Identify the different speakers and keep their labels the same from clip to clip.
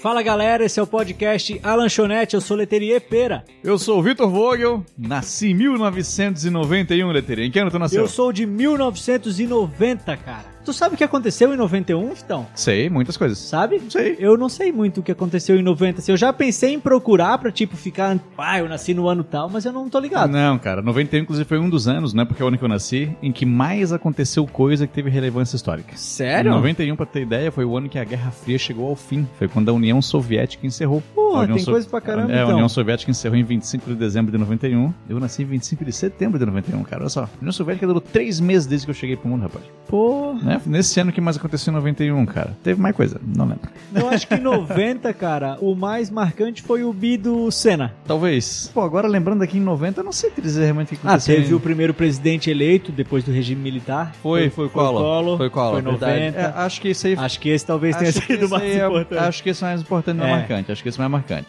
Speaker 1: Fala galera, esse é o podcast A Lanchonete, eu sou Leterier Pera.
Speaker 2: Eu sou o Vitor Vogel, nasci em 1991, Leteria. um, Em que ano tu nasceu?
Speaker 1: Eu sou de 1990, cara. Tu sabe o que aconteceu em 91, Vitão?
Speaker 2: Sei, muitas coisas.
Speaker 1: Sabe?
Speaker 2: Sei.
Speaker 1: Eu não sei muito o que aconteceu em 90. Assim, eu já pensei em procurar pra, tipo, ficar... Ah, eu nasci no ano tal, mas eu não tô ligado.
Speaker 2: Ah, Não, cara, 91 inclusive foi um dos anos, né, porque é o ano que eu nasci, em que mais aconteceu coisa que teve relevância histórica.
Speaker 1: Sério?
Speaker 2: 91, pra ter ideia, foi o ano que a Guerra Fria chegou ao fim. Foi quando a União Soviética encerrou.
Speaker 1: Porra,
Speaker 2: A União
Speaker 1: tem coisa pra caramba,
Speaker 2: É,
Speaker 1: então.
Speaker 2: a União Soviética encerrou em 25 de dezembro de 91. Eu nasci em 25 de setembro de 91, cara, olha só. A União Soviética durou três meses desde que eu cheguei pro mundo, rapaz.
Speaker 1: Pô,
Speaker 2: Né? Nesse ano que mais aconteceu em 91, cara. Teve mais coisa, não lembro.
Speaker 1: eu acho que em 90, cara, o mais marcante foi o bi do Senna.
Speaker 2: Talvez. Pô, agora lembrando aqui em 90, eu não sei dizer realmente o que
Speaker 1: Ah,
Speaker 2: aconteceu.
Speaker 1: teve
Speaker 2: em-
Speaker 1: o primeiro presidente eleito depois do regime militar.
Speaker 2: Foi, foi o
Speaker 1: Foi
Speaker 2: Collor. Foi
Speaker 1: o Collor.
Speaker 2: o Collor,
Speaker 1: Foi 90.
Speaker 2: verdade. É, acho que esse aí
Speaker 1: Acho que esse talvez tenha
Speaker 2: que
Speaker 1: sido o
Speaker 2: esse
Speaker 1: mais
Speaker 2: aí é-
Speaker 1: importante.
Speaker 2: Acho que esse é mais importante, não é.
Speaker 1: É.
Speaker 2: marcante. Acho que esse é mais marcante.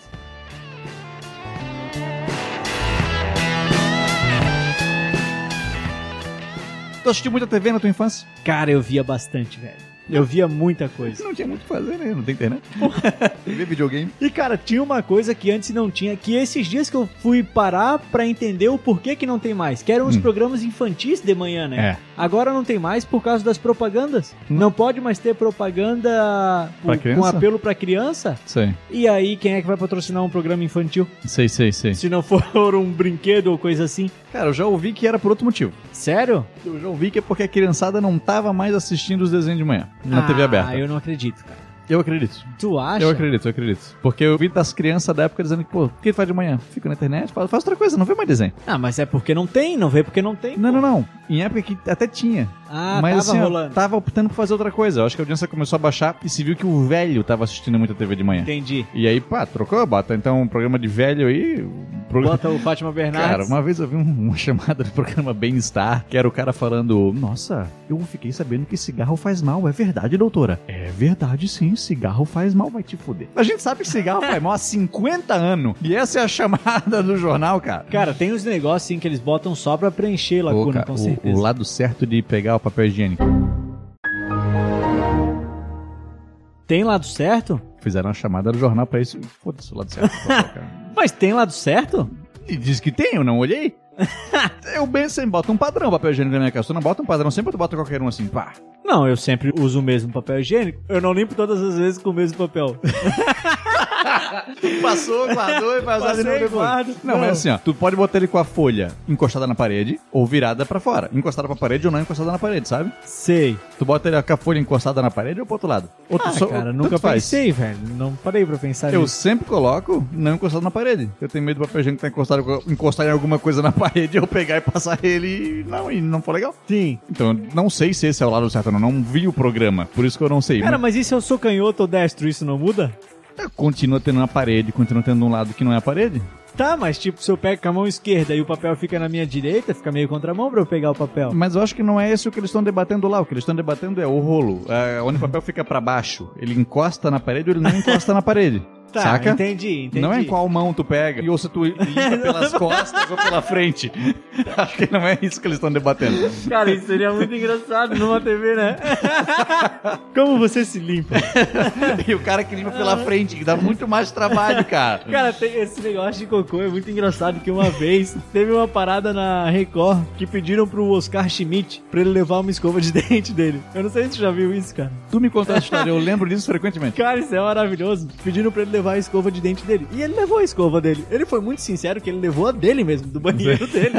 Speaker 2: Tu assistiu muita TV na tua infância?
Speaker 1: Cara, eu via bastante, velho. Eu via muita coisa.
Speaker 2: Não tinha muito o que fazer, né? Não tem internet. TV, videogame.
Speaker 1: E, cara, tinha uma coisa que antes não tinha, que esses dias que eu fui parar pra entender o porquê que não tem mais, que eram os
Speaker 2: Hum.
Speaker 1: programas infantis de manhã, né?
Speaker 2: É.
Speaker 1: Agora não tem mais por causa das propagandas.
Speaker 2: Hum.
Speaker 1: Não pode mais ter propaganda
Speaker 2: Pra
Speaker 1: com- com
Speaker 2: criança?
Speaker 1: apelo pra criança.
Speaker 2: Sei,
Speaker 1: E aí, quem é que vai patrocinar um programa infantil?
Speaker 2: sei, sei, sei.
Speaker 1: Se não for um brinquedo ou coisa assim.
Speaker 2: Cara, eu já ouvi que era por outro motivo.
Speaker 1: Sério?
Speaker 2: Eu já ouvi que é porque a criançada não tava mais assistindo os desenhos de manhã na TV aberta.
Speaker 1: Ah, eu não acredito, cara.
Speaker 2: eu acredito.
Speaker 1: Tu acha?
Speaker 2: Eu acredito, eu acredito. Porque eu vi das crianças da época dizendo que, pô, o que tu faz de manhã? Fica na internet, faz, faz outra coisa, não vê mais desenho.
Speaker 1: Ah, mas é porque não tem, não vê porque não tem.
Speaker 2: Não,
Speaker 1: pô.
Speaker 2: não, não. Em época que até tinha.
Speaker 1: Ah,
Speaker 2: mas
Speaker 1: tava
Speaker 2: assim, ó,
Speaker 1: rolando.
Speaker 2: tava optando por fazer outra coisa. Eu acho que a audiência começou a baixar e se viu que o velho tava assistindo muita TV de manhã.
Speaker 1: Entendi.
Speaker 2: E aí, pá, trocou, bota então um programa de velho aí. um programa-
Speaker 1: Bota o Fátima Bernardes.
Speaker 2: Cara, uma vez eu vi um- uma chamada do programa Bem-Estar, que era o cara falando: Nossa, eu fiquei sabendo que cigarro faz mal. É verdade, doutora? É verdade, sim. Cigarro faz mal, vai te foder. A gente sabe que cigarro faz mal há 50 anos. E essa é a chamada do jornal, cara.
Speaker 1: Cara, tem uns negócios assim que eles botam só pra preencher
Speaker 2: Pô,
Speaker 1: lacuna,
Speaker 2: cara,
Speaker 1: com
Speaker 2: o-
Speaker 1: certeza.
Speaker 2: o lado certo de pegar o papel higiênico.
Speaker 1: Tem lado certo?
Speaker 2: Fizeram uma chamada do jornal pra isso. Foda-se o lado certo. cara.
Speaker 1: Mas tem lado certo?
Speaker 2: E diz que tem, eu não olhei. eu bem sem bota um padrão papel higiênico na minha casa. Tu não bota um padrão, sempre tu bota qualquer um assim, pá.
Speaker 1: Não, eu sempre uso o mesmo papel higiênico. Eu não limpo todas as vezes com o mesmo papel.
Speaker 2: Passou, guardou e
Speaker 1: usar de novo depois.
Speaker 2: Não, mas assim, ó, tu pode botar ele com a folha encostada na parede ou virada pra fora. Encostada pra parede ou não encostada na parede, sabe?
Speaker 1: Sei.
Speaker 2: Tu bota ele com a folha encostada na parede ou pro outro lado. Ou tu
Speaker 1: Ah,
Speaker 2: só-
Speaker 1: cara,
Speaker 2: tanto
Speaker 1: nunca
Speaker 2: faz.
Speaker 1: pensei, velho. Não parei pra pensar
Speaker 2: Eu
Speaker 1: nisso.
Speaker 2: sempre coloco não encostado na parede. Eu tenho medo do papel higiênico tá encostado, encostar em alguma coisa na parede, eu pegar e passar ele e não, e não for legal.
Speaker 1: Sim.
Speaker 2: Então, eu não sei se esse é o lado certo ou não. Não vi o programa, por isso que eu não sei.
Speaker 1: Cara, mas e se eu sou canhoto ou destro, isso não muda?
Speaker 2: Mas é, Continua tendo uma parede, continua tendo um lado que não é a parede.
Speaker 1: Tá, mas tipo, se eu pego com a mão esquerda e o papel fica na minha direita, fica meio contramão pra eu pegar o papel.
Speaker 2: Mas eu acho que não é esse o que eles estão debatendo lá. O que eles estão debatendo é o rolo. É, onde o papel fica pra baixo. Ele encosta na parede ou ele não encosta na parede.
Speaker 1: Tá,
Speaker 2: Saca?
Speaker 1: entendi, entendi.
Speaker 2: Não é em qual mão tu pega, e ou se tu limpa pelas costas ou pela frente. Acho que não é isso que eles estão debatendo.
Speaker 1: Cara, isso seria muito engraçado numa TV, né? Como você se limpa?
Speaker 2: E o cara que limpa
Speaker 1: Ah.
Speaker 2: pela frente, que dá muito mais trabalho, cara.
Speaker 1: Cara, tem- esse negócio de cocô é muito engraçado que uma vez teve uma parada na Record que pediram pro Oscar Schmidt pra ele levar uma escova de dente dele. Eu não sei se tu já viu isso, cara.
Speaker 2: Tu me contou essa história, eu lembro disso frequentemente.
Speaker 1: Cara, isso é maravilhoso. Pediram pra ele levar a escova de dente dele. E ele levou a escova dele. Ele foi muito sincero que ele levou a dele mesmo, do banheiro dele.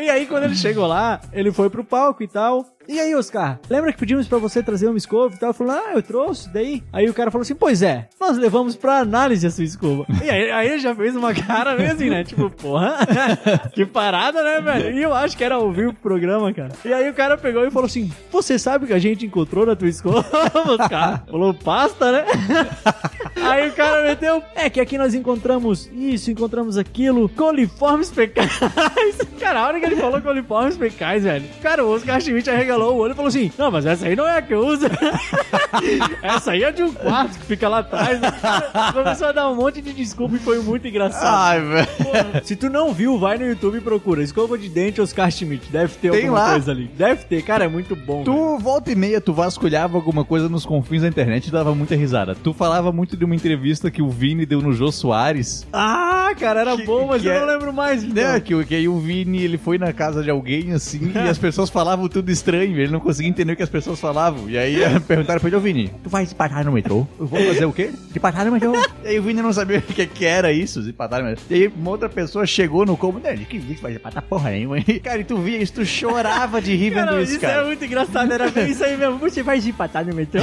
Speaker 1: e aí, quando ele chegou lá, ele foi pro palco e tal. E aí, Oscar, lembra que pedimos pra você trazer uma escova e tal? Eu falei, ah, eu trouxe, daí. Aí o cara falou assim: pois é, nós levamos pra análise a sua escova. E aí, aí ele já fez uma cara mesmo, assim, né? Tipo, porra, que parada, né, velho? E eu acho que era ouvir o programa, cara. E aí o cara pegou e falou assim: você sabe o que a gente encontrou na tua escova, Oscar? Falou, pasta, né? Aí o cara meteu. É que aqui nós encontramos isso, encontramos aquilo. Coliformes fecais. Cara, a hora que ele falou coliformes fecais, velho. Cara, o Oscar Schmidt arregalou o olho e falou assim: Não, mas essa aí não é a que eu uso. essa aí é de um quarto que fica lá atrás. né? Começou a dar um monte de desculpa e foi muito engraçado.
Speaker 2: Ai, velho.
Speaker 1: Se tu não viu, vai no YouTube e procura. Escova de dente Oscar Schmidt. Deve ter
Speaker 2: Tem
Speaker 1: alguma
Speaker 2: lá?
Speaker 1: coisa ali. Deve ter, cara, é muito bom. velho.
Speaker 2: Tu, volta e meia, tu vasculhava alguma coisa nos confins da internet e dava muita risada. Tu falava muito de uma entrevista que o Vini deu no Jô Soares.
Speaker 1: Ah, cara, era
Speaker 2: Que-
Speaker 1: bom, mas
Speaker 2: que
Speaker 1: eu
Speaker 2: é-
Speaker 1: não lembro mais. então.
Speaker 2: Né? Que, o- que aí o Vini, ele foi na casa de alguém, assim, e as pessoas falavam tudo estranho. Ele não conseguia entender o que as pessoas falavam. E aí eh, perguntaram pra ele, ô Vini, tu vai se parar no metrô? Eu vou fazer o quê? De parar no metrô. e aí o Vini não sabia o que, que era isso, de parar no metrô. E aí uma outra pessoa chegou no combo, né? Que isso, vai parar porra nenhuma. E, cara, e tu via isso, tu chorava de rir vendo
Speaker 1: Cara,
Speaker 2: isso, um-
Speaker 1: isso
Speaker 2: cara.
Speaker 1: é muito engraçado, era bem isso aí mesmo. Você vai de então? patada no metrô?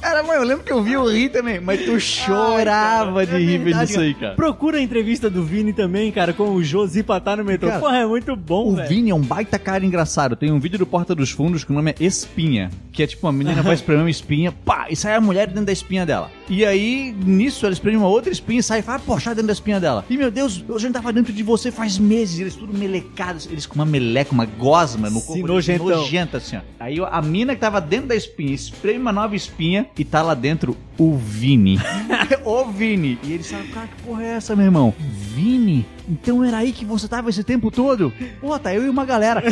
Speaker 2: Cara, mano, eu lembro que eu vi o rir também, mas tu chorava
Speaker 1: Ai,
Speaker 2: de
Speaker 1: cara, é
Speaker 2: rir vendo
Speaker 1: verdade,
Speaker 2: isso aí, cara.
Speaker 1: Procura a entrevista do Vini também, cara, com o Josi Patá no metrô.
Speaker 2: Cara,
Speaker 1: Porra, é muito bom,
Speaker 2: O
Speaker 1: velho.
Speaker 2: Vini é um baita cara engraçado. Tem um vídeo do Porta dos Fundos que o nome é Espinha. Que é tipo, uma menina vai espremer uma espinha, pá, e sai a mulher dentro da espinha dela. E aí, nisso, ela espreme uma outra espinha e sai, vai puxar dentro da espinha dela. E meu Deus, eu já tava dentro de você faz meses. Eles tudo melecados, eles com uma meleca, uma gosma no corpo.
Speaker 1: Se
Speaker 2: deles,
Speaker 1: nojentão.
Speaker 2: Nojenta, assim, ó. Aí a mina que tava dentro da espinha espreme uma nova espinha e tá lá dentro o Vini. o Vini. E ele sabe, cara, que porra é essa, meu irmão? Vini? Então era aí que você tava esse tempo todo? Pô, tá eu e uma galera.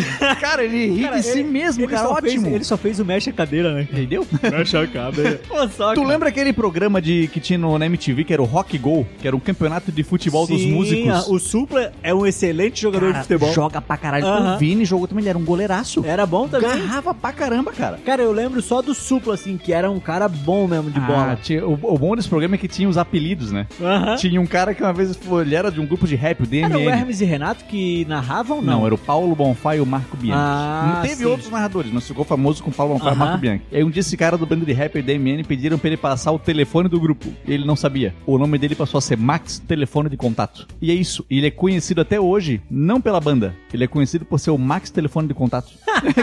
Speaker 2: Cara, ele ri
Speaker 1: Cara,
Speaker 2: de si
Speaker 1: ele-
Speaker 2: mesmo, cara.
Speaker 1: só
Speaker 2: Ótimo.
Speaker 1: Fez, ele só fez o mexe a cadeira, né?
Speaker 2: Entendeu?
Speaker 1: Mexe a cadeira. Pô, só,
Speaker 2: Tu
Speaker 1: cara.
Speaker 2: lembra aquele programa de, que tinha no, na MTV, que era o Rock Go, que era um campeonato de futebol dos
Speaker 1: Sim,
Speaker 2: músicos?
Speaker 1: a- O Supla é um excelente jogador
Speaker 2: Cara,
Speaker 1: de futebol.
Speaker 2: Joga pra caralho.
Speaker 1: Aham.
Speaker 2: O Vini jogou também, ele era um goleiraço.
Speaker 1: Era bom também.
Speaker 2: Garrava pra caramba, cara.
Speaker 1: Cara, eu lembro só do Supla, assim, que era um cara bom mesmo de
Speaker 2: Ah,
Speaker 1: bola.
Speaker 2: tinha- o, o bom desse programa é que tinha os apelidos, né?
Speaker 1: Aham.
Speaker 2: Tinha um cara que uma vez foi- ele era de um grupo de rap, o DMN.
Speaker 1: Era o Hermes e Renato que narravam ou
Speaker 2: Não,
Speaker 1: não?
Speaker 2: era o Paulo Bonfá e o Marco Bianchi.
Speaker 1: Ah,
Speaker 2: Teve
Speaker 1: sim.
Speaker 2: outros narradores, mas ficou famoso com o Paulo Bonfá e o
Speaker 1: Aham.
Speaker 2: Marco Bianchi. E aí um dia esse cara do bando de rapper DMN pediram pra ele passar o telefone do grupo. Ele não sabia. O nome dele passou a ser Max Telefone de Contato. E é isso. Ele é conhecido até hoje, não pela banda. Ele é conhecido por ser o Max Telefone de Contato.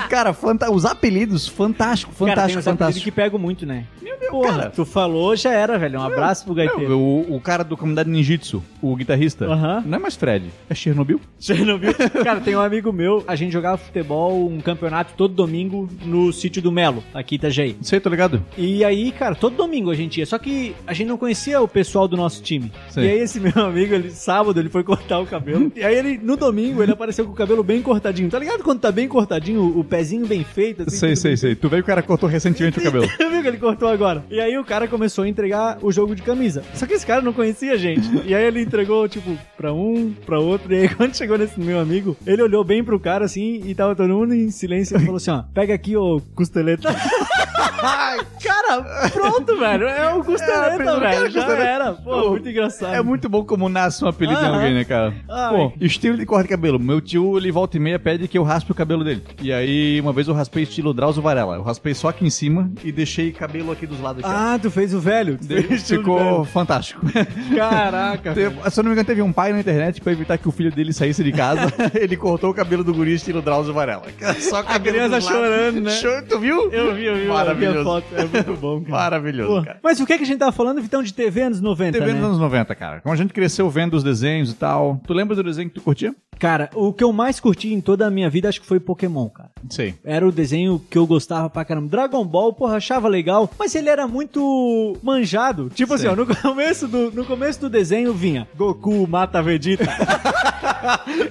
Speaker 2: cara, fanta- os apelidos, fantástico,
Speaker 1: Cara, tem
Speaker 2: fantástico,
Speaker 1: uns apelidos
Speaker 2: fantástico.
Speaker 1: que pego muito, né? Meu Deus,
Speaker 2: cara.
Speaker 1: tu falou, já era, velho. Um abraço pro
Speaker 2: É,
Speaker 1: Gaiteiro.
Speaker 2: O, o cara do Comunidade Ninjitsu, o guitarrista,
Speaker 1: Aham.
Speaker 2: não é mais Fred, é Chernobyl.
Speaker 1: Chernobyl. Cara, tem um amigo meu, a gente jogava futebol, um campeonato todo domingo no sítio do Melo, aqui em Itajaí.
Speaker 2: Não sei, tô ligado?
Speaker 1: E aí, cara, todo domingo a gente ia, só que a gente não conhecia o pessoal do nosso time.
Speaker 2: Sim.
Speaker 1: E aí esse meu amigo, ele sábado, ele foi cortar o cabelo. e aí ele, no domingo, ele apareceu com o cabelo bem cortadinho. Tá ligado quando tá bem cortadinho, o pezinho bem feito? assim,
Speaker 2: Sei,
Speaker 1: tudo
Speaker 2: sei, sei. Tu veio que o cara cortou recentemente o cabelo.
Speaker 1: Viu que ele cortou agora? E aí o cara começou a entregar o jogo de camisa. Só que esse cara não conhecia a gente. E aí ele entregou, tipo, pra um, pra outro. E aí quando chegou nesse meu amigo, ele olhou bem pro cara assim e tava todo mundo em silêncio e falou assim: ó, pega aqui o costeleta. cara, pronto, velho. É o
Speaker 2: Era,
Speaker 1: costeleta,
Speaker 2: pensou que era
Speaker 1: velho. Já
Speaker 2: costeleta.
Speaker 1: era. Pô,
Speaker 2: Pô,
Speaker 1: muito engraçado.
Speaker 2: É muito bom como nasce um apelido em
Speaker 1: tá. Aham.
Speaker 2: alguém, né, cara?
Speaker 1: Ai.
Speaker 2: Pô, estilo de corte de cabelo. Meu tio, ele volta e meia pede que eu raspe o cabelo dele. E aí, uma vez eu raspei estilo Drauzio Varela. Eu raspei só aqui em cima e deixei cabelo aqui dos lados. Aqui, ó.
Speaker 1: Ah, tu fez o velho. Tu fez o estilo
Speaker 2: Ficou fantástico.
Speaker 1: velho. Caraca.
Speaker 2: Teve- Se eu não me engano, teve um pai na internet pra evitar que o filho dele saísse de casa. ele cortou o cabelo do guri estilo Drauzio Varela. Só cabelo
Speaker 1: criança
Speaker 2: dos lados.
Speaker 1: chorando, né?
Speaker 2: Chor- Tu viu?
Speaker 1: Eu vi, eu vi.
Speaker 2: Maravilhoso.
Speaker 1: Eu vi a foto. É muito bom, cara.
Speaker 2: Maravilhoso,
Speaker 1: Pô,
Speaker 2: cara.
Speaker 1: Mas o que, é que a gente tava falando, Vitão, de TV anos 90,
Speaker 2: TV
Speaker 1: né?
Speaker 2: nos anos 90, cara. Como a gente cresceu vendo os desenhos e tal. Tu lembra do desenho que tu curtia?
Speaker 1: Cara, o que eu mais curti em toda a minha vida acho que foi Pokémon, cara.
Speaker 2: Sei.
Speaker 1: Era o desenho que eu gostava pra caramba. Dragon Ball, porra, achava legal, mas ele era muito manjado. Tipo
Speaker 2: Sei.
Speaker 1: assim, ó, no começo, do, no começo do desenho vinha Goku mata Vegeta.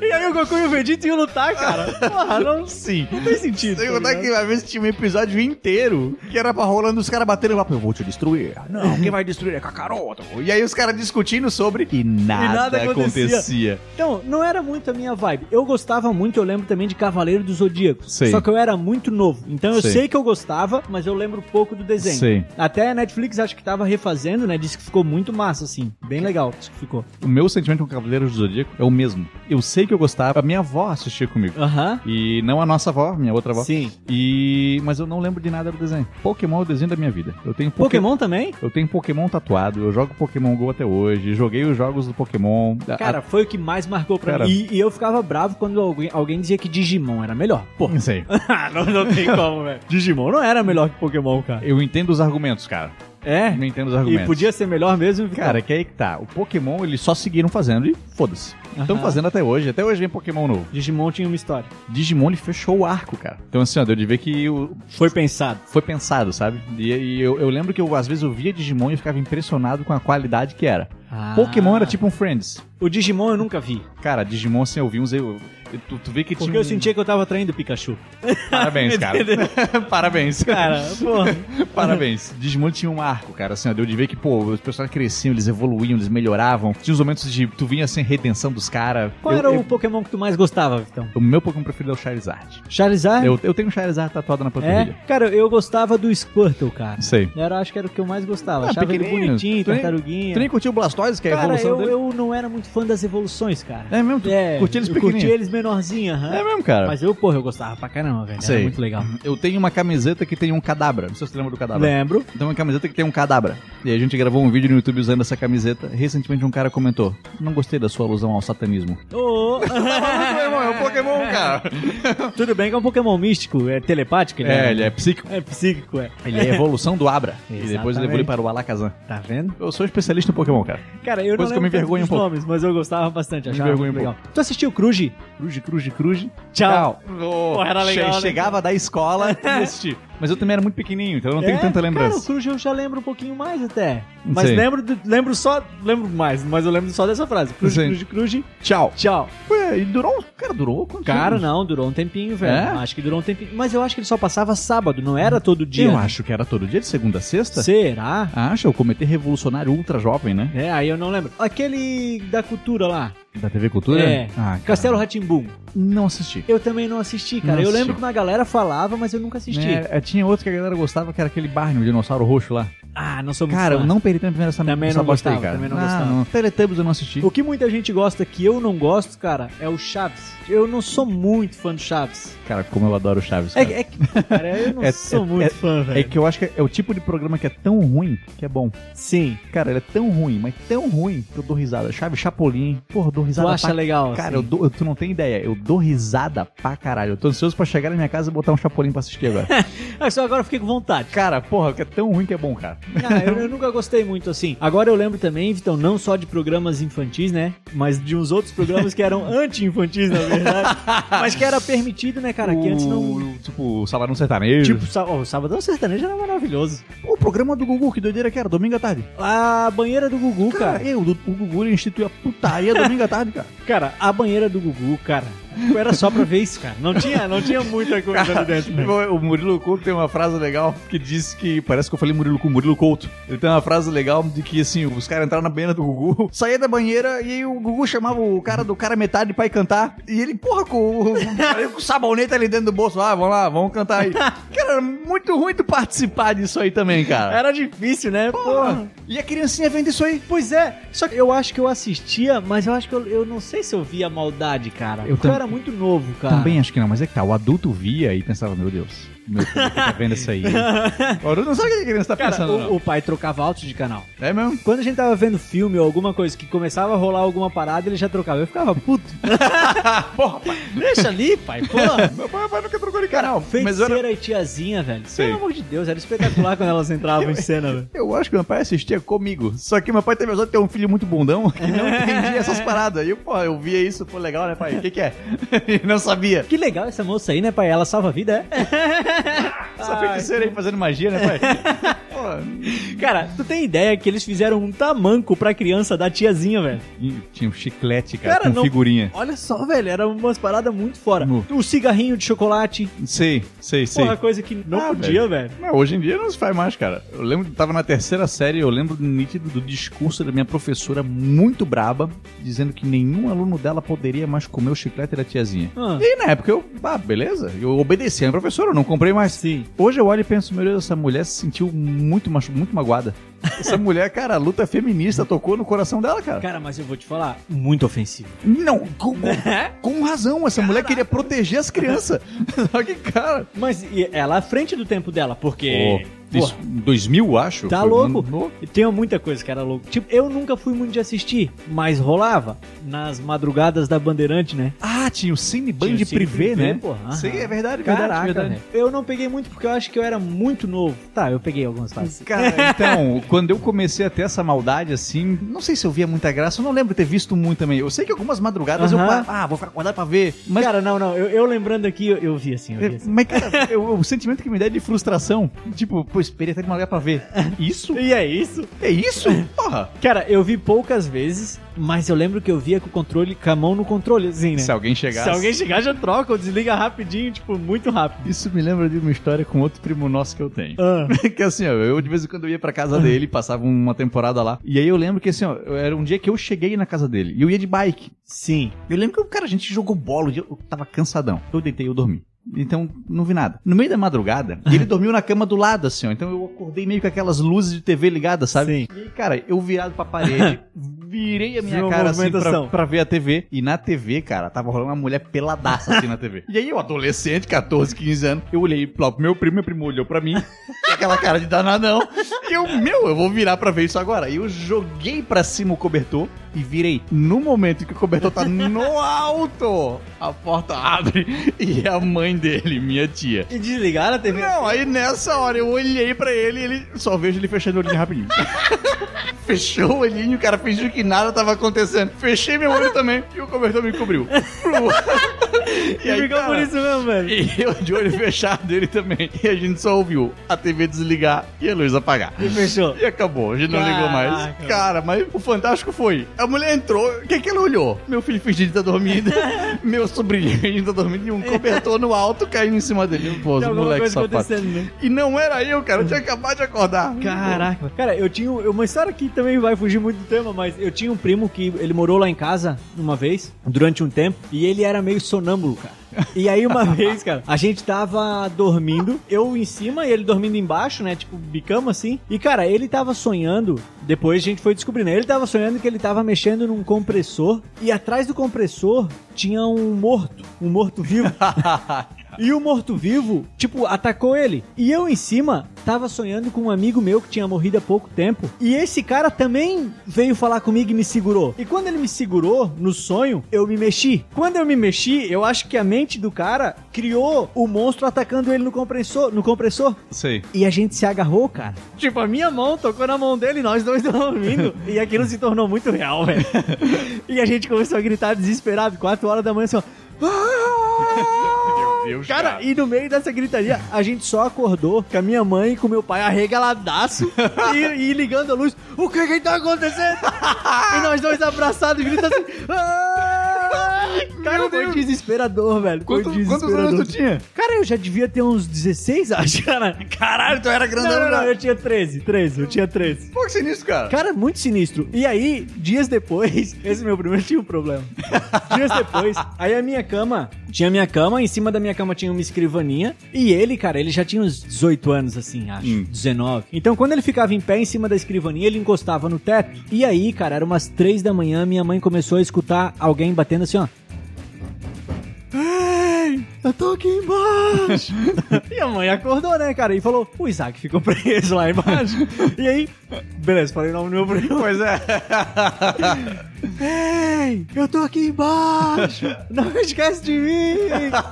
Speaker 1: e aí o Goku e o Vegeta iam lutar, cara. Porra, não,
Speaker 2: Sim.
Speaker 1: não tem sentido.
Speaker 2: Sem
Speaker 1: tá
Speaker 2: contar
Speaker 1: ligado?
Speaker 2: que uma vez tinha um episódio inteiro que era pra rolando os caras batendo papo. Eu vou te destruir. Não, quem vai destruir é Kakaroto. E aí os caras discutindo sobre. E nada,
Speaker 1: nada acontecia.
Speaker 2: acontecia.
Speaker 1: Então, não era muito a minha vibe. Eu gostava muito, eu lembro também de Cavaleiro do Zodíaco.
Speaker 2: Sei.
Speaker 1: Só que eu era muito novo. Então eu
Speaker 2: Sei.
Speaker 1: sei. que eu gostava, mas eu lembro pouco do desenho.
Speaker 2: Sei.
Speaker 1: Até a Netflix acho que tava refazendo, né? Disse que ficou muito massa, assim. Bem legal, disse que ficou.
Speaker 2: O meu sentimento com Cavaleiros do Zodíaco é o mesmo. Eu sei que eu gostava, a minha avó assistia comigo.
Speaker 1: Aham.
Speaker 2: E não a nossa avó, minha outra avó.
Speaker 1: Sim.
Speaker 2: E. Mas eu não lembro de nada do desenho. Pokémon é o desenho da minha vida. Eu tenho Poké-
Speaker 1: Pokémon também?
Speaker 2: Eu tenho Pokémon tatuado, eu jogo Pokémon Ah, Go até hoje, joguei os jogos do Pokémon. A-
Speaker 1: Cara, foi o que mais marcou pra
Speaker 2: Cara,
Speaker 1: mim. E, e eu ficava bravo quando alguém, alguém dizia que Digimon era melhor. Pô,
Speaker 2: Não sei.
Speaker 1: não, não tem como, velho. Digimon não era melhor que Pokémon, cara.
Speaker 2: Eu entendo os argumentos, cara.
Speaker 1: É?
Speaker 2: Não entendo os
Speaker 1: E
Speaker 2: argumentos.
Speaker 1: podia ser então. melhor mesmo?
Speaker 2: Cara, que aí que tá. O Pokémon, eles só seguiram fazendo e foda-se. Estão
Speaker 1: Aham.
Speaker 2: fazendo até hoje. Até hoje vem Pokémon novo.
Speaker 1: Digimon tinha uma história.
Speaker 2: Digimon, ele fechou o arco, cara. Então, assim, ó, deu de ver que o-
Speaker 1: Foi pensado.
Speaker 2: foi pensado, sabe? E, e eu, eu lembro que eu, às vezes eu via Digimon e eu ficava impressionado com a qualidade que era.
Speaker 1: Ah.
Speaker 2: Pokémon era tipo um Friends.
Speaker 1: O Digimon eu nunca vi.
Speaker 2: Cara, Digimon, assim, eu vi uns... Eu, eu- tu, tu vê que
Speaker 1: Porque
Speaker 2: tinha...
Speaker 1: eu
Speaker 2: um-
Speaker 1: sentia que eu tava traindo o Pikachu.
Speaker 2: Parabéns, cara.
Speaker 1: Entendeu?
Speaker 2: Parabéns.
Speaker 1: Cara, pô.
Speaker 2: Parabéns. Digimon tinha um arco, cara. Assim, ó, deu de ver que, pô, os personagens cresciam, eles evoluíam, eles melhoravam. Tinha uns momentos de tu vinha sem redenção dos caras.
Speaker 1: Qual era o Pokémon que tu mais gostava, Vitão?
Speaker 2: O meu Pokémon preferido é o Charizard.
Speaker 1: Charizard?
Speaker 2: Eu, eu tenho o Charizard tatuado na
Speaker 1: É?
Speaker 2: panturrilha.
Speaker 1: Cara, eu gostava do Squirtle, cara.
Speaker 2: Não sei.
Speaker 1: Era, acho que era o que eu mais gostava.
Speaker 2: Ah,
Speaker 1: Achava ele
Speaker 2: pequenininho.
Speaker 1: bonitinho,
Speaker 2: Tu nem-
Speaker 1: tartaruguinha.
Speaker 2: Tu nem curtiu o Blastoise, que é a
Speaker 1: Cara,
Speaker 2: evolução
Speaker 1: eu,
Speaker 2: dele?
Speaker 1: eu não era muito fã das evoluções, cara.
Speaker 2: É mesmo? Tu curtia
Speaker 1: eu
Speaker 2: eles
Speaker 1: curti
Speaker 2: pequenininhos?
Speaker 1: eles menorzinhos, aham.
Speaker 2: É mesmo, cara.
Speaker 1: Mas eu, porra, eu gostava pra caramba, velho. Era
Speaker 2: Sei. Uhum.
Speaker 1: muito legal. É.
Speaker 2: Eu tenho uma camiseta que tem um cadabra. Não sei se você lembra do cadabra.
Speaker 1: Lembro.
Speaker 2: Tem uma camiseta que tem um cadabra. E a gente gravou um vídeo no YouTube usando essa camiseta. Recentemente um cara comentou: Não gostei da sua alusão ao satanismo.
Speaker 1: Ô, ô.
Speaker 2: é um Pokémon, cara.
Speaker 1: Tudo bem que é um Pokémon místico, é telepático, né?
Speaker 2: É, ele é psíquico.
Speaker 1: É psíquico, é.
Speaker 2: Ele é a evolução do Abra. E depois
Speaker 1: Exatamente.
Speaker 2: ele evolui para o Alakazam.
Speaker 1: Tá vendo?
Speaker 2: Eu sou um especialista em Pokémon, cara.
Speaker 1: Cara, eu
Speaker 2: Coisa que eu
Speaker 1: não
Speaker 2: me
Speaker 1: lembro
Speaker 2: envergonho
Speaker 1: tanto
Speaker 2: um
Speaker 1: dos
Speaker 2: pouco.
Speaker 1: nomes, mas eu gostava bastante, achava
Speaker 2: envergonho
Speaker 1: muito
Speaker 2: um
Speaker 1: legal. Tu assistiu o Cruji?
Speaker 2: Cruze, cruze, cruze.
Speaker 1: Tchau.
Speaker 2: Oh,
Speaker 1: Porra, era legal, né,
Speaker 2: chegava da escola e assisti. Mas eu também era muito pequenininho, então eu não tenho
Speaker 1: É?
Speaker 2: tanta
Speaker 1: Cara, o
Speaker 2: lembrança.
Speaker 1: Cruji eu já lembro um pouquinho mais até.
Speaker 2: Não
Speaker 1: Mas
Speaker 2: sei.
Speaker 1: lembro, de- lembro só, lembro mais, mas eu lembro só dessa frase. Cruji,
Speaker 2: Sim.
Speaker 1: Cruji, Cruji,
Speaker 2: Tchau.
Speaker 1: tchau.
Speaker 2: Ué, e durou? Cara, durou? Quantos
Speaker 1: Cara,
Speaker 2: anos?
Speaker 1: não, durou um tempinho, velho.
Speaker 2: É?
Speaker 1: Acho que durou um tempinho. Mas eu acho que ele só passava sábado, não era todo dia.
Speaker 2: Eu acho que era todo dia, de segunda a sexta.
Speaker 1: Será?
Speaker 2: Acha? Eu cometi revolucionário ultra jovem, né?
Speaker 1: É, aí eu não lembro. Aquele da cultura lá,
Speaker 2: Da TV Cultura?
Speaker 1: É.
Speaker 2: Ah, cara,
Speaker 1: Castelo Ratimbum.
Speaker 2: Não assisti.
Speaker 1: Eu também não assisti, cara.
Speaker 2: Não
Speaker 1: eu
Speaker 2: assisti.
Speaker 1: lembro que uma galera falava, mas eu nunca assisti.
Speaker 2: É, é, tinha outro que a galera gostava, que era aquele Barney, o dinossauro roxo lá.
Speaker 1: Ah, não sou muito
Speaker 2: Cara,
Speaker 1: fã.
Speaker 2: eu não perdi tempo vendo essa
Speaker 1: Também
Speaker 2: essa
Speaker 1: não
Speaker 2: bosta aí,
Speaker 1: gostava, também não
Speaker 2: Ah,
Speaker 1: gostava.
Speaker 2: Teletubbies eu não assisti.
Speaker 1: O que muita gente gosta que eu não gosto, cara, é o Chaves. Eu não sou muito fã do Chaves.
Speaker 2: Cara, como eu adoro o Chaves.
Speaker 1: É,
Speaker 2: Cara.
Speaker 1: que- é que, cara, eu não
Speaker 2: É-
Speaker 1: sou
Speaker 2: é-
Speaker 1: muito fã,
Speaker 2: É
Speaker 1: velho.
Speaker 2: que eu acho que é o tipo de programa que é tão ruim que é bom.
Speaker 1: Sim,
Speaker 2: Cara, ele é tão ruim, mas tão ruim que eu dou risada. Chave Chapolin, porra, eu dou
Speaker 1: tu
Speaker 2: risada
Speaker 1: acha
Speaker 2: pra
Speaker 1: legal,
Speaker 2: Cara, eu
Speaker 1: assim.
Speaker 2: dou, eu- tu não tem ideia, eu dou risada pra caralho. Eu tô ansioso pra chegar na minha casa e botar um Chapolin pra assistir agora.
Speaker 1: Ah, só agora eu fiquei com vontade.
Speaker 2: cara, porra, que é tão ruim que é bom, cara.
Speaker 1: Ah, eu, eu nunca gostei muito assim. Agora eu lembro também, Vitão, não só de programas infantis, né? Mas de uns outros programas que eram anti-infantis, na verdade. mas que era permitido, né, cara? Que antes não.
Speaker 2: O- Tipo, o Salarão Sertanejo.
Speaker 1: Tipo, sá- ó, o Sabadão Sertanejo era maravilhoso.
Speaker 2: o programa do Gugu, que doideira que era, domingo à tarde.
Speaker 1: A banheira do Gugu, cara.
Speaker 2: Cara, eu, o Gugu, ele instituiu a putaria domingo à tarde, cara.
Speaker 1: Cara, a banheira do Gugu, cara, era só pra ver isso, cara. Não tinha, não tinha muita coisa ali dentro, né?
Speaker 2: O Murilo Couto tem uma frase legal que diz que. Parece que eu falei Murilo Couto, Murilo Couto. Ele tem uma frase legal de que, assim, os caras entraram na banheira do Gugu, saía da banheira e aí o Gugu chamava o cara do cara metade pra ir cantar. E ele, porra, com o, com o sabonete ali dentro do bolso. Ah, vamos lá, vamos cantar aí. Cara, era muito ruim tu participar disso aí também, cara.
Speaker 1: Era difícil, né? Porra.
Speaker 2: E a criancinha vendo isso aí.
Speaker 1: Pois é, só que eu acho que eu assistia, mas eu acho que eu, eu não sei se eu via maldade, cara.
Speaker 2: Eu
Speaker 1: Porque eu
Speaker 2: tam-
Speaker 1: era muito novo, cara.
Speaker 2: Também acho que não, mas é que tá. O adulto via e pensava, meu Deus, meu filho tá vendo isso aí. O adulto não sabe o que a criança tá
Speaker 1: Cara,
Speaker 2: pensando,
Speaker 1: o, o pai trocava alto de canal.
Speaker 2: não. É mesmo?
Speaker 1: Quando a gente tava vendo filme ou alguma coisa que começava a rolar alguma parada, ele já trocava. Eu ficava puto.
Speaker 2: Porra, pai.
Speaker 1: Deixa ali, pai, porra.
Speaker 2: Meu pai, pai nunca trocou de canal. mas eu,
Speaker 1: Feiticeira
Speaker 2: era-
Speaker 1: e tiazinha, velho.
Speaker 2: Sei.
Speaker 1: Pelo amor de Deus, era espetacular quando elas entravam em cena, velho.
Speaker 2: eu acho que meu pai assistia comigo. Só que meu pai teve a sorte de ter um filho muito bundão que não entendia essas paradas. E eu, pô, eu via isso, pô, legal, né, pai? O que, que é? E não sabia.
Speaker 1: Que legal essa moça aí, né, pai? Ela salva a vida, é?
Speaker 2: Essa feiticeira aí fazendo magia, né, pai? Pô,
Speaker 1: Cara, tu tem ideia que eles fizeram um tamanco pra criança da tiazinha, velho?
Speaker 2: e tinha um chiclete,
Speaker 1: Cara, não-
Speaker 2: figurinha.
Speaker 1: Olha só, velho, era umas paradas muito fora.
Speaker 2: Nu.
Speaker 1: O cigarrinho de chocolate,
Speaker 2: Sei, sei, sei.
Speaker 1: porra, coisa que não
Speaker 2: Ah,
Speaker 1: podia, velho.
Speaker 2: Mas hoje em dia não se faz mais, cara. Eu lembro que tava na terceira série, eu lembro nítido do discurso da minha professora muito braba, dizendo que nenhum aluno dela poderia mais comer o chiclete da tiazinha.
Speaker 1: Ah.
Speaker 2: E na época eu, ah, beleza, eu obedeci a minha professora, eu não comprei mais.
Speaker 1: Sim.
Speaker 2: Hoje eu olho e penso, meu Deus, essa mulher se sentiu muito, machu- muito magoada. Essa mulher, cara, a luta feminista tocou no coração dela, cara.
Speaker 1: Cara, mas eu vou te falar, muito ofensivo.
Speaker 2: Não, com, com- com razão, essa mulher queria proteger as crianças. Só que, cara,
Speaker 1: Mas e ela à frente do tempo dela, porque
Speaker 2: Pô. Isso, em 2000, acho.
Speaker 1: Tá
Speaker 2: Foi
Speaker 1: louco?
Speaker 2: no-
Speaker 1: E Tem muita coisa que era louco. Tipo, eu nunca fui muito de assistir, mas rolava nas madrugadas da Bandeirante, né?
Speaker 2: Ah, tinha o Cine Band
Speaker 1: Tinha o Cine
Speaker 2: Privé,
Speaker 1: Privé,
Speaker 2: né?
Speaker 1: porra.
Speaker 2: Sim, é verdade,
Speaker 1: Caraca, né?
Speaker 2: verdade, verdade.
Speaker 1: velho. Eu não peguei muito porque eu acho que eu era muito novo. Tá, eu peguei algumas fases.
Speaker 2: Cara, então, quando eu comecei a ter essa maldade, assim, não sei se eu via muita graça, eu não lembro de ter visto muito também. Eu sei que algumas madrugadas eu,
Speaker 1: Aham.
Speaker 2: ah, vou ficar acordado pra ver. Mas,
Speaker 1: Cara, não, não. Eu, eu lembrando aqui, eu, eu vi assim, eu vi
Speaker 2: é,
Speaker 1: assim.
Speaker 2: mas cara, eu- o sentimento que me dá é de frustração. Tipo, pô, esperei até de madrugada pra ver. Isso?
Speaker 1: E é isso.
Speaker 2: É isso? Porra!
Speaker 1: Cara, eu vi poucas vezes, mas eu lembro que eu via com o controle, com a mão no controle, assim, né?
Speaker 2: Se alguém chegasse...
Speaker 1: Se alguém chegar, já troca ou desliga rapidinho, tipo, muito rápido.
Speaker 2: Isso me lembra de uma história com outro primo nosso que eu tenho.
Speaker 1: Ah,
Speaker 2: que assim, ó, eu de vez em quando ia pra casa dele, passava uma temporada lá. E aí eu lembro que assim, ó, era um dia que eu cheguei na casa dele. E eu ia de bike.
Speaker 1: sim.
Speaker 2: Eu lembro que, cara, a gente jogou bola, e eu tava cansadão. Eu deitei e eu dormi. Então, não vi nada. No meio da madrugada, ele dormiu na cama do lado, assim, ó. Então eu acordei meio com aquelas luzes de TV ligadas, sabe? E aí, cara, eu virado pra parede, virei a minha
Speaker 1: Viu a
Speaker 2: cara assim pra,
Speaker 1: movimentação.
Speaker 2: pra ver a TV. E na TV, cara, tava rolando uma mulher peladaça assim na TV. E aí, eu, adolescente, 14, 15 anos, eu olhei lá pro meu primo, meu primo olhou pra mim, com aquela cara de danadão. E eu, meu, eu vou virar pra ver isso agora. E eu joguei pra cima o cobertor e virei. No momento que o cobertor tá no alto, a porta abre e é a mãe dele, minha tia.
Speaker 1: E desligaram a TV?
Speaker 2: Não, aí nessa hora eu olhei pra ele e ele só vejo ele fechando o olhinho rapidinho. Fechou o olhinho, o cara fingiu que nada tava acontecendo. Fechei meu olho também e o cobertor me cobriu.
Speaker 1: E ficou por isso mesmo, velho.
Speaker 2: E eu de olho fechado, ele também. E a gente só ouviu a TV desligar e a luz apagar.
Speaker 1: E fechou.
Speaker 2: E acabou, a gente não
Speaker 1: Caraca.
Speaker 2: ligou mais. Cara, mas o fantástico foi. A mulher entrou, o que que ela olhou? Meu filho fingindo que tá dormindo, meu sobrinho tá dormindo e um cobertor no alto caindo em cima dele. Pô, os
Speaker 1: Tem alguma
Speaker 2: moleques
Speaker 1: coisa
Speaker 2: sapatos.
Speaker 1: acontecendo, né?
Speaker 2: E não era eu, cara, eu tinha acabado de acordar.
Speaker 1: Caraca. Cara, eu tinha um- uma história que também vai fugir muito do tema, mas eu tinha um primo que ele morou lá em casa uma vez, durante um tempo, e ele era meio sonâmbulo, cara. E aí uma vez, cara, a gente tava dormindo, eu em cima e ele dormindo embaixo, né, tipo bicama assim. E cara, ele tava sonhando, depois a gente foi descobrindo, ele tava sonhando que ele tava mexendo num compressor e atrás do compressor tinha um morto, um morto vivo. E o morto-vivo, tipo, atacou ele. E eu em cima tava sonhando com um amigo meu que tinha morrido há pouco tempo. E esse cara também veio falar comigo e me segurou. E quando ele me segurou no sonho, eu me mexi. Quando eu me mexi, eu acho que a mente do cara criou o monstro atacando ele no compressor, no compressor.
Speaker 2: Sei.
Speaker 1: E a gente se agarrou, cara. Tipo, a minha mão tocou na mão dele, nós dois dormindo. e aquilo se tornou muito real, velho. e a gente começou a gritar desesperado, 4 horas da manhã, assim, ó.
Speaker 2: Meu Deus,
Speaker 1: Cara, e no meio dessa gritaria, a gente só acordou com a minha mãe e com meu pai arregaladaço e, e ligando a luz. O que que tá acontecendo? e nós dois abraçados, gritando assim. "Ah!" Cara,
Speaker 2: Meu
Speaker 1: foi
Speaker 2: Deus.
Speaker 1: desesperador, velho. Foi
Speaker 2: Quanto- quantos anos
Speaker 1: desesperador.
Speaker 2: tu tinha?
Speaker 1: Cara, eu já devia ter uns 16, acho, cara.
Speaker 2: Caralho, tu era né?
Speaker 1: Não, não, não, eu tinha 13, 13, eu tinha 13.
Speaker 2: Pô, que sinistro, cara.
Speaker 1: Cara, muito sinistro. E aí, dias depois, esse meu primeiro tinha um problema. dias depois, aí a minha cama, tinha a minha cama, em cima da minha cama tinha uma escrivaninha, e ele, cara, ele já tinha uns 18 anos assim, acho,
Speaker 2: Hum.
Speaker 1: 19. Então, quando ele ficava em pé em cima da escrivaninha, ele encostava no teto. E aí, cara, era umas 3 da manhã, minha mãe começou a escutar alguém batendo assim, ó. Ei, eu tô aqui embaixo. e a mãe acordou, né, cara? E falou: o Isaac ficou preso lá embaixo. E aí, beleza, falei o nome do meu primo.
Speaker 2: Pois é.
Speaker 1: Ei, eu tô aqui embaixo. Não esquece de mim.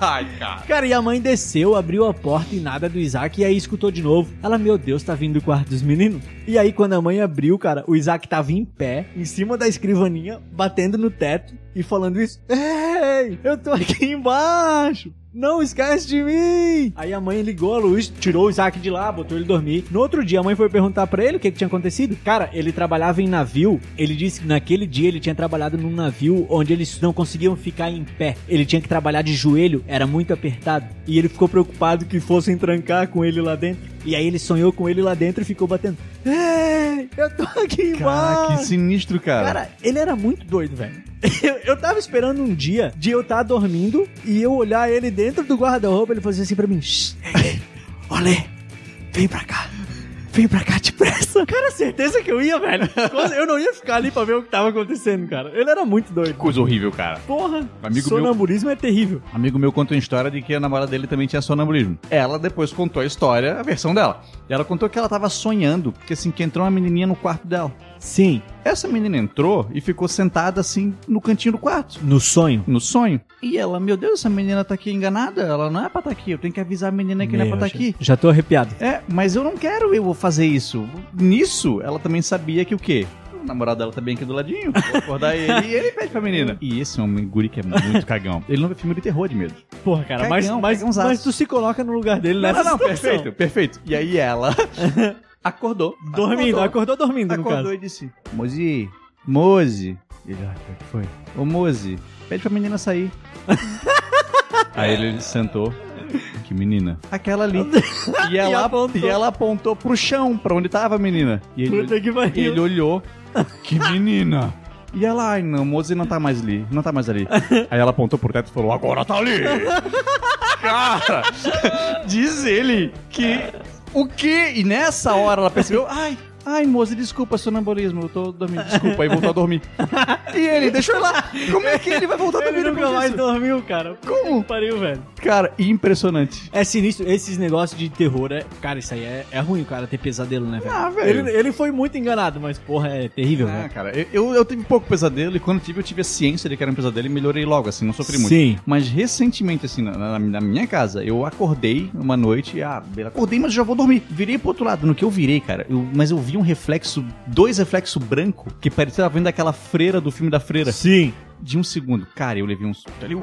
Speaker 2: Ai, cara.
Speaker 1: Cara, e a mãe desceu, abriu a porta e nada do Isaac, e aí escutou de novo. Ela, meu Deus, tá vindo do quarto dos meninos? E aí, quando a mãe abriu, cara, o Isaac tava em pé, em cima da escrivaninha, batendo no teto e falando isso. Ei, eu tô aqui embaixo! Não esquece de mim! Aí a mãe ligou a luz, tirou o Isaac de lá, botou ele dormir. No outro dia, a mãe foi perguntar pra ele o que, que tinha acontecido. Cara, ele trabalhava em navio. Ele disse que naquele dia ele tinha trabalhado num navio onde eles não conseguiam ficar em pé. Ele tinha que trabalhar de joelho, era muito apertado. E ele ficou preocupado que fossem trancar com ele lá dentro. E aí ele sonhou com ele lá dentro e ficou batendo. Ei, eu tô aqui
Speaker 2: Cara,
Speaker 1: embaixo!
Speaker 2: que sinistro, cara.
Speaker 1: Cara, ele era muito doido, velho. Eu, eu tava esperando um dia de eu estar dormindo e eu olhar ele dentro do guarda-roupa, ele fazia assim pra mim: "Shh, ei, ei, Olê, vem pra cá.
Speaker 2: Vem pra cá depressa.
Speaker 1: Cara, certeza que eu ia, velho. Eu não ia ficar ali pra ver o que tava acontecendo, cara. Ele era muito doido.
Speaker 2: Coisa horrível, cara.
Speaker 1: Porra,
Speaker 2: Amigo
Speaker 1: sonambulismo é terrível.
Speaker 2: Amigo meu contou a história de que a namorada dele também tinha sonambulismo. Ela depois contou a história, a versão dela. Ela contou que ela tava sonhando, porque assim, que entrou uma menininha no quarto dela.
Speaker 1: Sim,
Speaker 2: Essa menina entrou e ficou sentada assim no cantinho do quarto.
Speaker 1: no sonho.
Speaker 2: No sonho. E ela, meu Deus, essa menina tá aqui enganada. Ela não é pra tá aqui. Eu tenho que avisar a menina que não é pra
Speaker 1: Meu,
Speaker 2: tá
Speaker 1: já-
Speaker 2: aqui.
Speaker 1: Já tô arrepiado.
Speaker 2: É, mas eu não quero eu vou fazer isso. Nisso, ela também sabia que o quê? O namorado dela tá bem aqui do ladinho. Vou acordar ele e ele pede pra menina. E esse homem guri que é muito cagão. Ele não vê filme de terror de medo.
Speaker 1: Porra, cara,
Speaker 2: Cagão,
Speaker 1: mas, mas,
Speaker 2: cagãozaço.
Speaker 1: mas tu se coloca no lugar dele né?
Speaker 2: Não,
Speaker 1: nessa
Speaker 2: não, não,
Speaker 1: situação.
Speaker 2: perfeito, perfeito. E aí ela acordou.
Speaker 1: Dormindo,
Speaker 2: acordou,
Speaker 1: acordou, dormindo,
Speaker 2: acordou,
Speaker 1: no caso.
Speaker 2: e disse: Mozi, Mozi. Ele, ah, o que foi? Ô Mozi, pede pra menina sair. aí ele sentou. Que menina? Aquela ali. E ela, e,
Speaker 1: E apontou.
Speaker 2: ela apontou pro chão, pra onde tava a menina. E ele,
Speaker 1: Puta que pariu.
Speaker 2: ele olhou. Que menina! E ela, ai não, Mozi não tá mais ali, não tá mais ali. Aí ela apontou pro teto e falou, agora tá ali! Cara! Diz ele que. O quê? E nessa hora ela percebeu, ai, ai, Mozi, desculpa, é sonambulismo, eu tô dormindo, desculpa, aí voltou a dormir. E ele, deixou ele lá! Como é que ele vai voltar a dormir
Speaker 1: Ele nunca
Speaker 2: depois
Speaker 1: mais
Speaker 2: disso?
Speaker 1: dormiu, cara.
Speaker 2: Como?
Speaker 1: Pariu, velho.
Speaker 2: Cara, impressionante.
Speaker 1: É sinistro, esses negócios de terror, é, cara, isso aí é, é ruim, cara, ter pesadelo, né, velho?
Speaker 2: Ah, velho.
Speaker 1: ele, ele foi muito enganado, mas porra, é terrível,
Speaker 2: Ah,
Speaker 1: velho.
Speaker 2: cara, eu- eu, eu tive pouco pesadelo e quando tive, eu tive a ciência de que era um pesadelo e melhorei logo, assim, não sofri muito.
Speaker 1: Sim.
Speaker 2: Mas recentemente, assim, na, na- na minha casa, eu acordei uma noite, e, ah, beleza, acordei, mas já vou dormir. Virei pro outro lado. No que eu virei, cara, eu- mas eu vi um reflexo, dois reflexos branco, que parecia que tava vendo aquela freira do filme da freira.
Speaker 1: Sim.
Speaker 2: De um segundo. Cara, eu levei um susto ali. eu-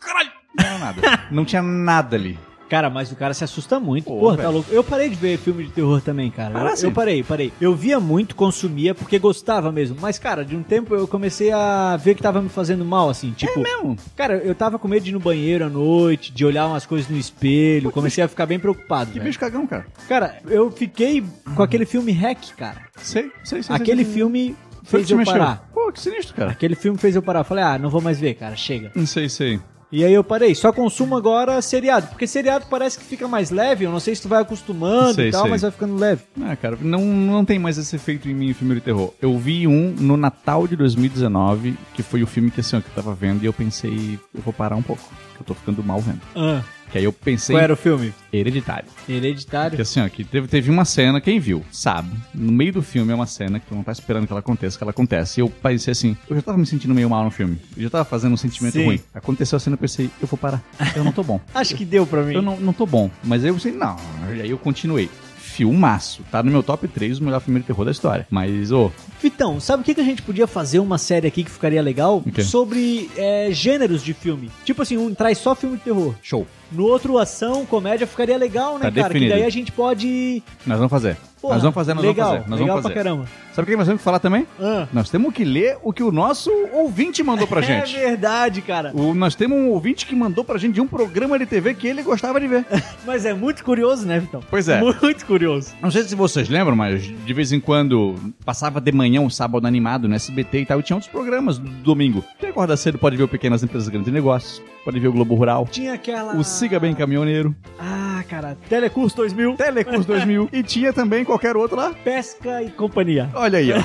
Speaker 2: Caralho! Não era nada. não tinha nada ali.
Speaker 1: Cara, mas o cara se assusta muito.
Speaker 2: Pô,
Speaker 1: Porra, tá
Speaker 2: velho.
Speaker 1: louco. Eu parei de ver filme de terror também, cara.
Speaker 2: Ah,
Speaker 1: Eu-
Speaker 2: sim.
Speaker 1: eu, parei, parei. Eu via muito, consumia, porque gostava mesmo. Mas, cara, de um tempo eu comecei a ver que tava me fazendo mal, assim. Tipo,
Speaker 2: Mesmo?
Speaker 1: cara, eu tava com medo de ir no banheiro à noite, de olhar umas coisas no espelho. Comecei a ficar bem preocupado.
Speaker 2: Que
Speaker 1: velho.
Speaker 2: bicho cagão, cara.
Speaker 1: Cara, eu fiquei com aquele filme Hack, cara.
Speaker 2: Sei, sei, sei, sei.
Speaker 1: Aquele
Speaker 2: sei.
Speaker 1: filme
Speaker 2: Foi o
Speaker 1: fez
Speaker 2: que te
Speaker 1: eu
Speaker 2: mexeu.
Speaker 1: parar.
Speaker 2: Pô, que sinistro, cara.
Speaker 1: Aquele filme fez eu parar. Falei, ah, não vou mais ver, cara, chega.
Speaker 2: Não sei, sei.
Speaker 1: E aí eu parei. Só consumo agora seriado. Porque seriado parece que fica mais leve. Eu não sei se tu vai acostumando
Speaker 2: Sei,
Speaker 1: e tal,
Speaker 2: sei.
Speaker 1: mas vai ficando leve.
Speaker 2: Ah, cara, não, não tem mais esse efeito em mim, filme de terror. Eu vi um no Natal de 2019, que foi o filme que, assim, ó, que eu tava vendo, e eu pensei, eu vou parar um pouco, que eu tô ficando mal vendo.
Speaker 1: Ah,
Speaker 2: Que aí eu pensei
Speaker 1: qual era o filme? é
Speaker 2: em Hereditário.
Speaker 1: Hereditário.
Speaker 2: Que assim, ó, que teve, teve uma cena, quem viu, sabe, no meio do filme é uma cena que tu não tá esperando que ela aconteça, que ela acontece. E eu pensei assim, eu já tava me sentindo meio mal no filme, eu já tava fazendo um sentimento
Speaker 1: Sim.
Speaker 2: ruim. Aconteceu a cena, eu pensei, eu vou parar, eu não tô bom.
Speaker 1: Acho que deu pra mim.
Speaker 2: Eu não, não tô bom. Mas aí eu pensei, não. E aí eu continuei. Filmaço. Tá no meu top 3 o melhor filme de terror da história. Mas, ô,
Speaker 1: Vitão, sabe o que, que a gente podia fazer uma série aqui que ficaria legal?
Speaker 2: O quê?
Speaker 1: Sobre é, gêneros de filme. Tipo assim, um traz só filme de terror.
Speaker 2: show.
Speaker 1: No outro, ação, comédia, ficaria legal, né,
Speaker 2: Tá
Speaker 1: cara?
Speaker 2: definido.
Speaker 1: Que daí a gente pode...
Speaker 2: Nós vamos fazer.
Speaker 1: Porra,
Speaker 2: nós vamos fazer, nós
Speaker 1: legal,
Speaker 2: vamos fazer. Nós
Speaker 1: legal
Speaker 2: vamos fazer.
Speaker 1: pra caramba.
Speaker 2: Sabe o que nós temos que falar também?
Speaker 1: Ah,
Speaker 2: Nós temos que ler o que o nosso ouvinte mandou pra
Speaker 1: é
Speaker 2: gente.
Speaker 1: verdade, cara.
Speaker 2: O- nós temos um ouvinte que mandou pra gente de um programa de TV que ele gostava de ver.
Speaker 1: Mas é muito curioso, né, Vitão?
Speaker 2: Pois é.
Speaker 1: Muito curioso.
Speaker 2: Não sei se vocês lembram, mas de vez em quando passava de manhã um sábado animado no SBT e tal, e tinha outros programas do domingo. Quem acorda cedo pode ver o Pequenas Empresas Grandes Negócios, pode ver o Globo Rural,
Speaker 1: Tinha aquela...
Speaker 2: o Siga Bem Caminhoneiro,
Speaker 1: Ah, cara, Telecurso 2000,
Speaker 2: Telecurso 2000 e tinha também qualquer outro lá.
Speaker 1: Pesca e Companhia.
Speaker 2: Olha aí, ó.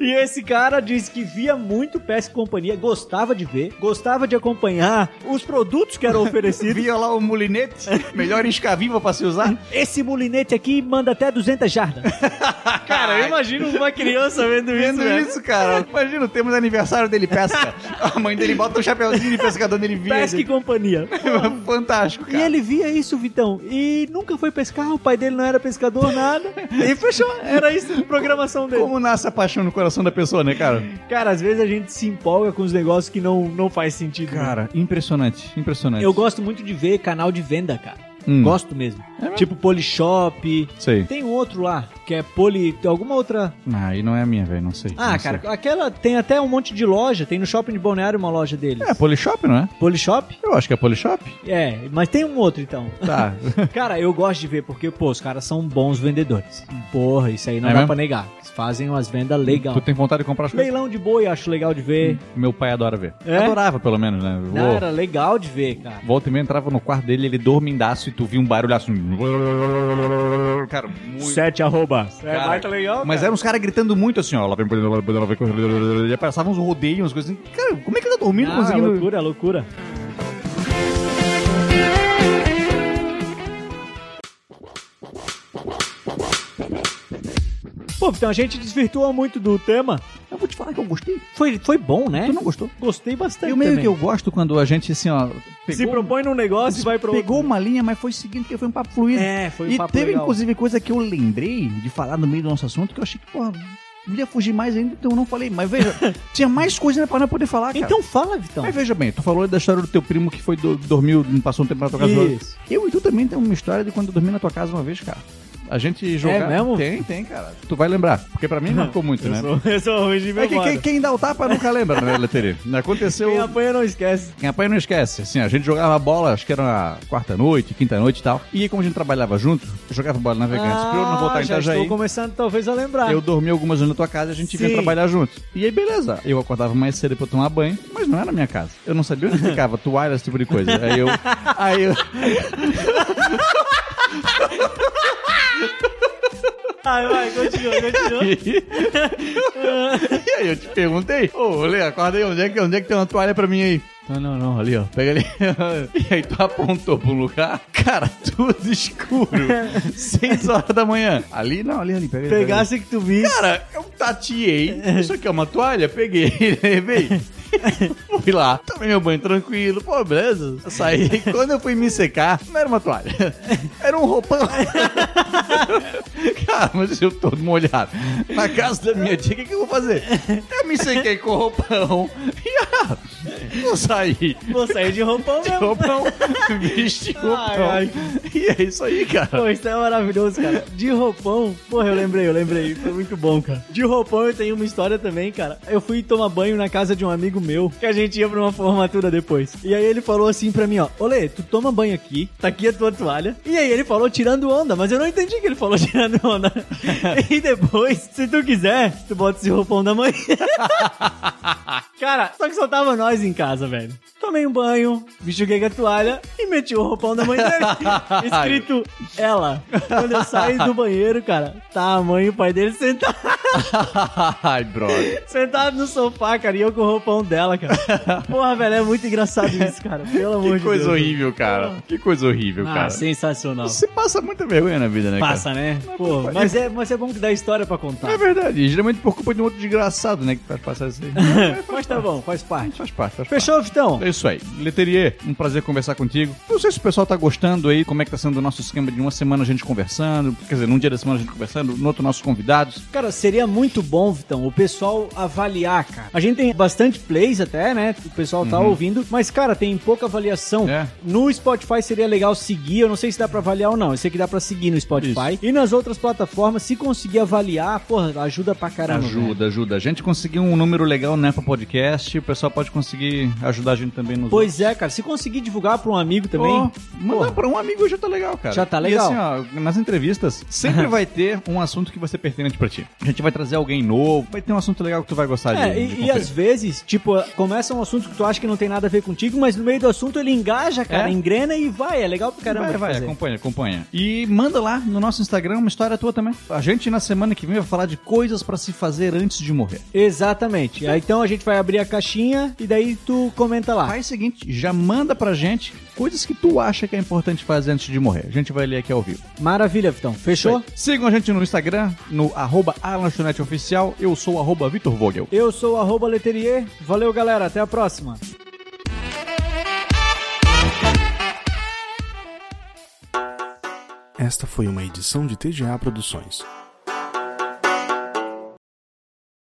Speaker 1: E esse cara disse que via muito Pesca e Companhia, gostava de ver, gostava de acompanhar os produtos que eram oferecidos.
Speaker 2: Via lá o mulinete, melhor isca viva pra se usar.
Speaker 1: Esse mulinete aqui manda até 200 jardas. Cara, eu imagino uma criança vendo isso,
Speaker 2: Vendo
Speaker 1: velho.
Speaker 2: isso, né? cara. Imagina, temos aniversário dele pesca. A mãe dele bota um chapeuzinho de pescador nele via.
Speaker 1: Pesca e Companhia.
Speaker 2: Fantástico,
Speaker 1: E
Speaker 2: cara.
Speaker 1: ele via isso, Vitão, e nunca foi pescar, o pai dele não era pescador, nada. E fechou, era isso a programação dele.
Speaker 2: Como nasce a paixão no coração da pessoa, né, cara?
Speaker 1: Cara, às vezes a gente se empolga com os negócios que não, não faz sentido. né?
Speaker 2: Cara, impressionante, impressionante.
Speaker 1: Eu gosto muito de ver canal de venda, cara.
Speaker 2: Hum.
Speaker 1: Gosto mesmo.
Speaker 2: mesmo?
Speaker 1: Tipo Polishop.
Speaker 2: Sei.
Speaker 1: Tem um outro lá, que é Poli. tem Alguma outra.
Speaker 2: Ah, aí não é a minha, velho, não sei.
Speaker 1: Ah,
Speaker 2: não
Speaker 1: cara,
Speaker 2: sei.
Speaker 1: aquela tem até um monte de loja. Tem no shopping de Balneário uma loja deles.
Speaker 2: É Polishop, não é?
Speaker 1: Polishop?
Speaker 2: Eu acho que é Polishop.
Speaker 1: É, mas tem um outro então.
Speaker 2: Tá.
Speaker 1: Cara, eu gosto de ver porque, pô, os caras são bons vendedores. Porra, isso aí não
Speaker 2: É
Speaker 1: dá
Speaker 2: mesmo? Hum,
Speaker 1: pra negar. Eles fazem umas vendas legal.
Speaker 2: tu tem vontade de comprar as coisas?
Speaker 1: Leilão de boi, eu acho legal de ver.
Speaker 2: Meu pai adora ver.
Speaker 1: É? Ah,
Speaker 2: Adorava, pelo menos, né? Vou-
Speaker 1: Cara, legal de ver, cara.
Speaker 2: Volta e meia entrava no quarto dele, ele dormindaço e tu viu um barulho assim. Cara, muito.
Speaker 1: Sete arroba. é
Speaker 2: cara.
Speaker 1: baita legal.
Speaker 2: Mas
Speaker 1: cara.
Speaker 2: eram uns caras gritando muito assim, ó. Lá vem, lá vem, lá vem, e passavam uns rodeios, umas coisas assim. Cara, como é que ele tá dormindo
Speaker 1: Ah,
Speaker 2: conseguindo.
Speaker 1: loucura, loucura. Pô, então a gente desvirtuou muito do tema.
Speaker 2: Eu vou te falar que eu gostei.
Speaker 1: Foi, foi bom, né?
Speaker 2: Tu não gostou?
Speaker 1: Gostei bastante.
Speaker 2: Eu meio
Speaker 1: também.
Speaker 2: que eu gosto quando a gente, assim, ó.
Speaker 1: Se
Speaker 2: Pegou,
Speaker 1: propõe num negócio e vai pro
Speaker 2: pegou uma linha, mas foi seguindo, porque foi um papo fluido.
Speaker 1: É, foi um
Speaker 2: e
Speaker 1: papo
Speaker 2: teve,
Speaker 1: legal.
Speaker 2: inclusive, coisa que eu lembrei de falar no meio do nosso assunto que eu achei que, porra, ia fugir mais ainda, então eu não falei. Mas veja, tinha mais coisa pra não poder falar, cara.
Speaker 1: Então fala, Vitão.
Speaker 2: Mas veja bem, tu falou da história do teu primo que foi do, dormiu, passou um tempo na tua casa.
Speaker 1: Isso.
Speaker 2: Eu e tu também tem uma história de quando eu dormi na tua casa uma vez, cara. A gente jogava.
Speaker 1: É mesmo?
Speaker 2: Tem, tem, cara. Tu vai lembrar. Porque pra mim marcou muito,
Speaker 1: Eu
Speaker 2: né?
Speaker 1: sou, eu sou ruim de
Speaker 2: É que
Speaker 1: memória.
Speaker 2: quem, quem dá o tapa nunca lembra, né, Letere? Aconteceu.
Speaker 1: Quem apanha não esquece.
Speaker 2: Quem apanha não esquece. Assim, a gente jogava bola, acho que era na quarta noite, quinta noite e tal. E como a gente trabalhava junto, eu jogava bola navegante. pra eu não voltar em
Speaker 1: Ah, já estou
Speaker 2: Itajaí.
Speaker 1: começando talvez a lembrar.
Speaker 2: Eu dormi algumas vezes na tua casa e a gente vinha
Speaker 1: Sim.
Speaker 2: trabalhar junto. E aí, beleza. Eu acordava mais cedo pra eu tomar banho, mas não era na minha casa. Eu não sabia onde ficava, toalha, esse tipo de coisa. Aí eu. Aí eu.
Speaker 1: Ai, Ah, vai, continua, continua.
Speaker 2: e aí eu te perguntei, ô, Lê, acorda aí, onde é, que, onde é que tem uma toalha pra mim aí? Então, Não, não, não, ali, ó, pega ali. e aí tu apontou pra um lugar, cara, tudo escuro, seis horas da manhã. Ali, não, ali, ali, pega ali. pega ali.
Speaker 1: Pegasse que tu visse.
Speaker 2: Cara, eu tateei, isso aqui é uma toalha, peguei, levei. fui lá, tomei meu banho tranquilo, pô, beleza, saí. Quando eu fui me secar, não era uma toalha, era um roupão. Cara, mas eu todo molhado. Na casa da minha tia, o que, que eu vou fazer? Eu me sequei com o roupão e ah, eu saí.
Speaker 1: Vou sair de roupão
Speaker 2: De
Speaker 1: mesmo.
Speaker 2: roupão, vesti roupão.
Speaker 1: Ai, ai.
Speaker 2: E é isso aí, cara.
Speaker 1: Pô, isso é maravilhoso, cara. De roupão, porra, eu lembrei, eu lembrei. Foi muito bom, cara. De roupão eu tenho uma história também, cara. Eu fui tomar banho na casa de um amigo meu, que a gente ia pra uma formatura depois. E aí ele falou assim pra mim, ó, Olê, tu toma banho aqui, tá aqui a tua toalha. E aí ele falou tirando onda, mas eu não entendi que ele falou tirando onda. e depois, se tu quiser, tu bota esse roupão da manhã. Cara, só que só tava nós em casa, velho. Tomei um banho, enxuguei com a toalha e meti o roupão da mãe dele. Escrito ela. Quando eu saí do banheiro, cara, tá a mãe e o pai dele sentado,
Speaker 2: Ai, brother.
Speaker 1: sentado no sofá, cara, e eu com o roupão dela, cara. Porra, velho, é muito engraçado isso, cara. Pelo amor de
Speaker 2: Que
Speaker 1: Deus.
Speaker 2: coisa horrível, cara. Que coisa horrível,
Speaker 1: Ah,
Speaker 2: cara.
Speaker 1: sensacional.
Speaker 2: Você passa muita vergonha na vida, né? cara?
Speaker 1: Passa, né? Pô, mas é, mas é bom que dá história pra
Speaker 2: É
Speaker 1: contar.
Speaker 2: verdade. Geralmente por culpa de um outro desgraçado, né? Que faz passar isso aí.
Speaker 1: Mas
Speaker 2: Mas
Speaker 1: tá bom, faz parte.
Speaker 2: faz parte, faz parte.
Speaker 1: Fechou, Vitão?
Speaker 2: É isso aí. Leterier, um prazer conversar contigo. Não sei se o pessoal tá gostando aí, como é que tá sendo o nosso esquema de uma semana a gente conversando. Quer dizer, num dia da semana a gente conversando, no outro nossos convidados.
Speaker 1: Cara, seria muito bom, Vitão, o pessoal avaliar, cara. A gente tem bastante plays até, né? O pessoal tá ouvindo, mas, cara, tem pouca avaliação.
Speaker 2: Uhum. É.
Speaker 1: No Spotify seria legal seguir, eu não sei se dá pra avaliar ou não. Eu sei que dá pra seguir no Spotify. E nas outras plataformas, se conseguir avaliar, porra, ajuda pra caramba. velho.
Speaker 2: Ajuda, ajuda. A gente conseguiu um número legal, né, pra podcast. O pessoal pode conseguir ajudar a gente também nos
Speaker 1: Pois é, cara, se conseguir divulgar pra um amigo também.
Speaker 2: Pô, mandar pra um amigo já tá legal, cara.
Speaker 1: Já tá legal.
Speaker 2: E assim, ó, nas entrevistas, sempre vai ter um assunto que vai ser pertinente pra ti. A gente vai trazer alguém novo, vai ter um assunto legal que tu vai gostar de-
Speaker 1: É,
Speaker 2: de.
Speaker 1: e, e
Speaker 2: conferir.
Speaker 1: às vezes, tipo, começa um assunto que tu acha que não tem nada a ver contigo, mas no meio do assunto ele engaja, cara,
Speaker 2: É?
Speaker 1: engrena e vai. É legal pra caramba.
Speaker 2: Vai, vai,
Speaker 1: fazer.
Speaker 2: acompanha, acompanha. E manda lá no nosso Instagram uma história tua também. A gente, na semana que vem, vai falar de coisas pra se fazer antes de morrer.
Speaker 1: Exatamente. Aí, então a gente vai abrir a caixinha e daí tu comenta lá.
Speaker 2: Faz o seguinte, já manda pra gente coisas que tu acha que é importante fazer antes de morrer. A gente vai ler aqui ao vivo.
Speaker 1: Maravilha, Vitão. Fechou?
Speaker 2: Sigam a gente no Instagram, no arroba a lanchonete oficial. Eu sou o arroba Vitor Vogel.
Speaker 1: Eu sou o arroba Leterier. Valeu, galera. Até a próxima.
Speaker 3: Esta foi uma edição de TGA Produções.